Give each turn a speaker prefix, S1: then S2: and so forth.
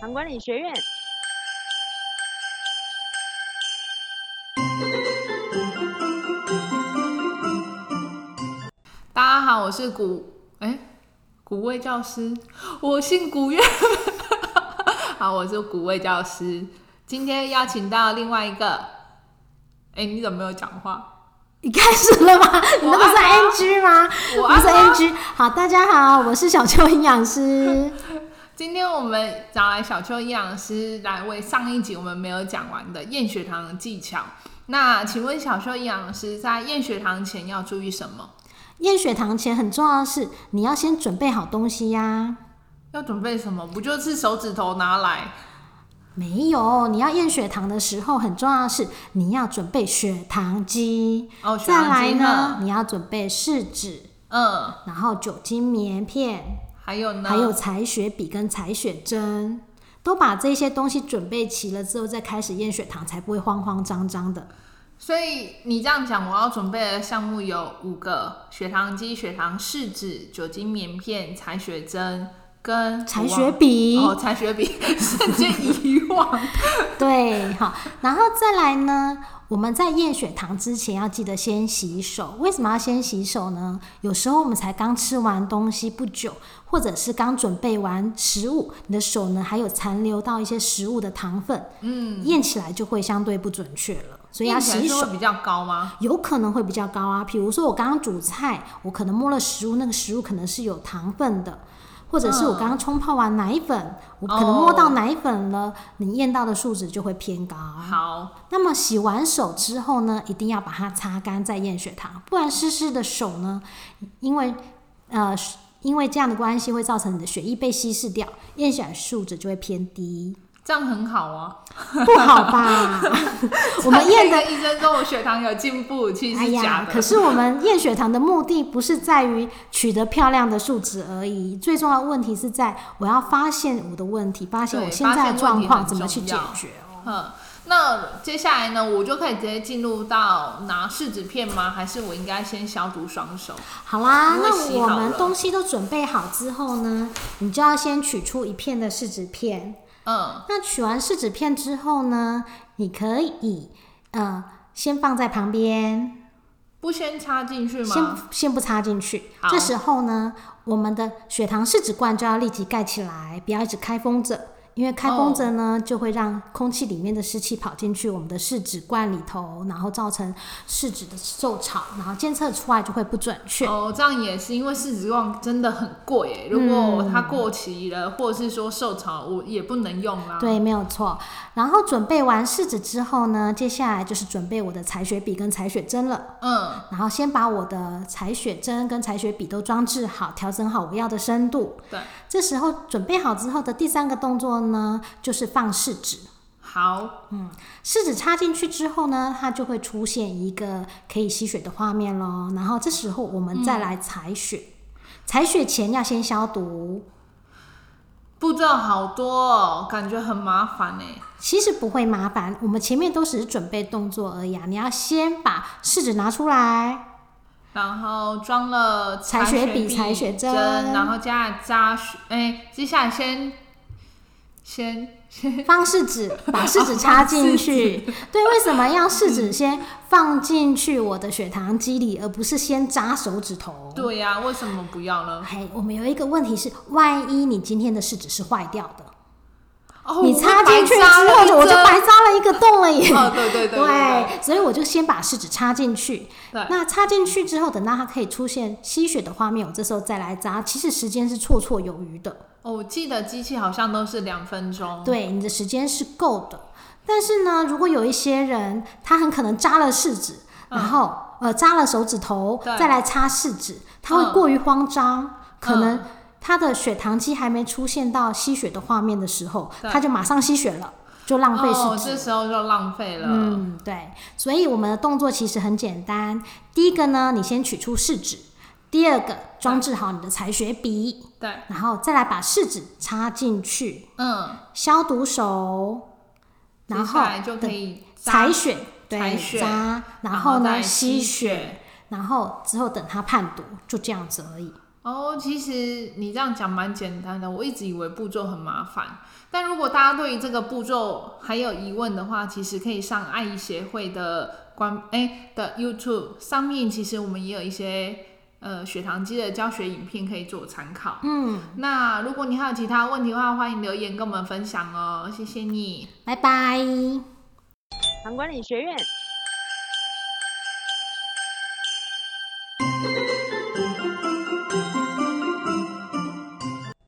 S1: 堂管理学院。
S2: 大家好，我是古哎古味教师，我姓古月。 好，我是古味教师。今天邀请到另外一个，哎，你怎么没有讲话？
S3: 你开始了吗？你那不是
S2: 按啊
S3: NG 吗？
S2: 我
S3: 不是
S2: 按啊
S3: NG。好，大家好，我是小邱营养师。
S2: 今天我们找来小邱营养师来为上一集我们没有讲完的验血糖的技巧。那请问小邱营养师在验血糖前要注意什么？
S3: 验血糖前很重要的是，你要先准备好东西呀、
S2: 要准备什么？不就是手指头拿来？
S3: 没有，你要验血糖的时候，很重要的是你要准备血糖机。
S2: 哦，血
S3: 再
S2: 糖
S3: 来
S2: 机
S3: 呢，？你要准备试纸，
S2: 嗯，
S3: 然后酒精棉片，
S2: 还有呢？
S3: 还有采血笔跟采血针，都把这些东西准备齐了之后，再开始验血糖，才不会慌慌张张的。
S2: 所以你这样讲，我要准备的项目有五个：血糖机、血糖试纸、酒精棉片、采血针跟
S3: 采血笔
S2: 哦，采血笔， 瞬间遗忘。
S3: 对，好，然后再来呢，我们在验血糖之前要记得先洗手。为什么要先洗手呢？有时候我们才刚吃完东西不久，或者是刚准备完食物，你的手呢还有残留到一些食物的糖分，嗯，验起来就会相对不准确了， 所以要
S2: 验起来
S3: 洗
S2: 是
S3: 手
S2: 会。比较高吗？
S3: 有可能会比较高啊。比如说我刚刚煮菜，我可能摸了食物，那个食物可能是有糖分的，或者是我刚刚冲泡完奶粉，我可能摸到奶粉了，你验到的数值就会偏高。啊
S2: 好，
S3: 那么洗完手之后呢，一定要把它擦干再验血糖，不然湿湿的手呢，因为呃因为这样的关系会造成你的血液被稀释掉，验血糖数值就会偏低，
S2: 这样很好啊。
S3: 不好吧？我们验 的
S2: 那个医生说我血糖有进步，其实
S3: 哎
S2: 是假
S3: 呀，
S2: 的。
S3: 可是我们验血糖的目的不是在于取得漂亮的数值而已，最重要的问题是在我要发现我的问题，发现
S2: 对
S3: 我现在的状况
S2: 发现问题很
S3: 怎么去解
S2: 重要
S3: 决哦。
S2: 嗯，那接下来呢，我就可以直接进入到拿试纸片吗？还是我应该先消毒双手？
S3: 好啦，
S2: 因为洗
S3: 那我
S2: 好
S3: 们
S2: 了
S3: 东西都准备好之后呢，你就要先取出一片的试纸片。
S2: 嗯，
S3: 那取完试纸片之后呢，你可以呃先放在旁边，
S2: 不先插进去吗？
S3: 先先不插进去
S2: 好。
S3: 这时候呢，我们的血糖试纸罐就要立即盖起来，不要一直开封着，因为开封着
S2: 哦
S3: 呢，就会让空气里面的湿气跑进去我们的试纸罐里头，然后造成试纸的受潮，然后监测出来就会不准 确。
S2: 哦，这样也是，因为市值旺真的很贵
S3: 嗯
S2: 哎。如果它过期了，或者是说受潮，我也不能用啦。，
S3: 对，没有错。然后准备完试纸之后呢，接下来就是准备我的采血笔跟采血针了。
S2: 嗯，
S3: 然后先把我的采血针跟采血笔都装置好，调整好我要的深度。
S2: 对，
S3: 这时候准备好之后的第三个动作呢，就是放试纸。
S2: 好，
S3: 试纸插进去之后呢，它就会出现一个可以吸血的画面咯。然后这时候我们再来采血，采血前要先消毒。
S2: 步骤好多哦，感觉很麻烦哎。
S3: 其实不会麻烦，我们前面都只是准备动作而已啊。你要先把试纸拿出来，
S2: 然后装了
S3: 采
S2: 血
S3: 血笔采血
S2: 针，
S3: 针
S2: 然后加了扎血。哎，接下来先先先
S3: 放试纸，把试纸插进去。对，为什么要试纸先放进去我的血糖机里，而不是先扎手指头？
S2: 对呀、为什么不要呢？
S3: 哎，我们有一个问题是，万一你今天的试纸是坏掉的，
S2: 哦，
S3: 你
S2: 我
S3: 插进去
S2: 白
S3: 之
S2: 扎了一
S3: 后，我就
S2: 针
S3: 白扎了一个洞了 耶。
S2: 哦，对对对对
S3: 对，所以我就先把试纸插进去。
S2: 对
S3: 那插进去之后，等到它可以出现吸血的画面，我这时候再来扎，其实时间是绰绰有余的。
S2: 哦，我记得机器好像都是两分钟。
S3: 对，你的时间是够的。但是呢，如果有一些人，他很可能扎了试纸，然后、呃扎了手指头，
S2: 嗯对
S3: 再来擦试纸，他会
S2: 嗯
S3: 过于慌张，可能
S2: 嗯
S3: 他的血糖机还没出现到吸血的画面的时候，
S2: 对
S3: 他就马上吸血了，就浪费
S2: 哦，
S3: 试
S2: 这
S3: 纸。
S2: 时候就浪费了。
S3: 嗯，对，所以我们的动作其实很简单。第一个呢，你先取出试纸；第二个，装置好你的采血笔，
S2: 对，
S3: 然后再来把试纸插进去。
S2: 嗯，
S3: 消毒手，然
S2: 接
S3: 后
S2: 下来就可以扎
S3: 采血，
S2: 采
S3: 对，
S2: 血
S3: 扎，然
S2: 后
S3: 后呢
S2: 再
S3: 吸
S2: 血。
S3: 然后之后等它判读，就这样子而已。
S2: 哦，其实你这样讲蛮简单的，我一直以为步骤很麻烦。但如果大家对于这个步骤还有疑问的话，其实可以上爱医协会的官哎的 YouTube 上面，其实我们也有一些呃血糖机的教学影片可以做参考。
S3: 嗯，
S2: 那如果你还有其他问题的话，欢迎留言跟我们分享哦，谢谢你。
S3: 拜拜。
S1: 糖管理学院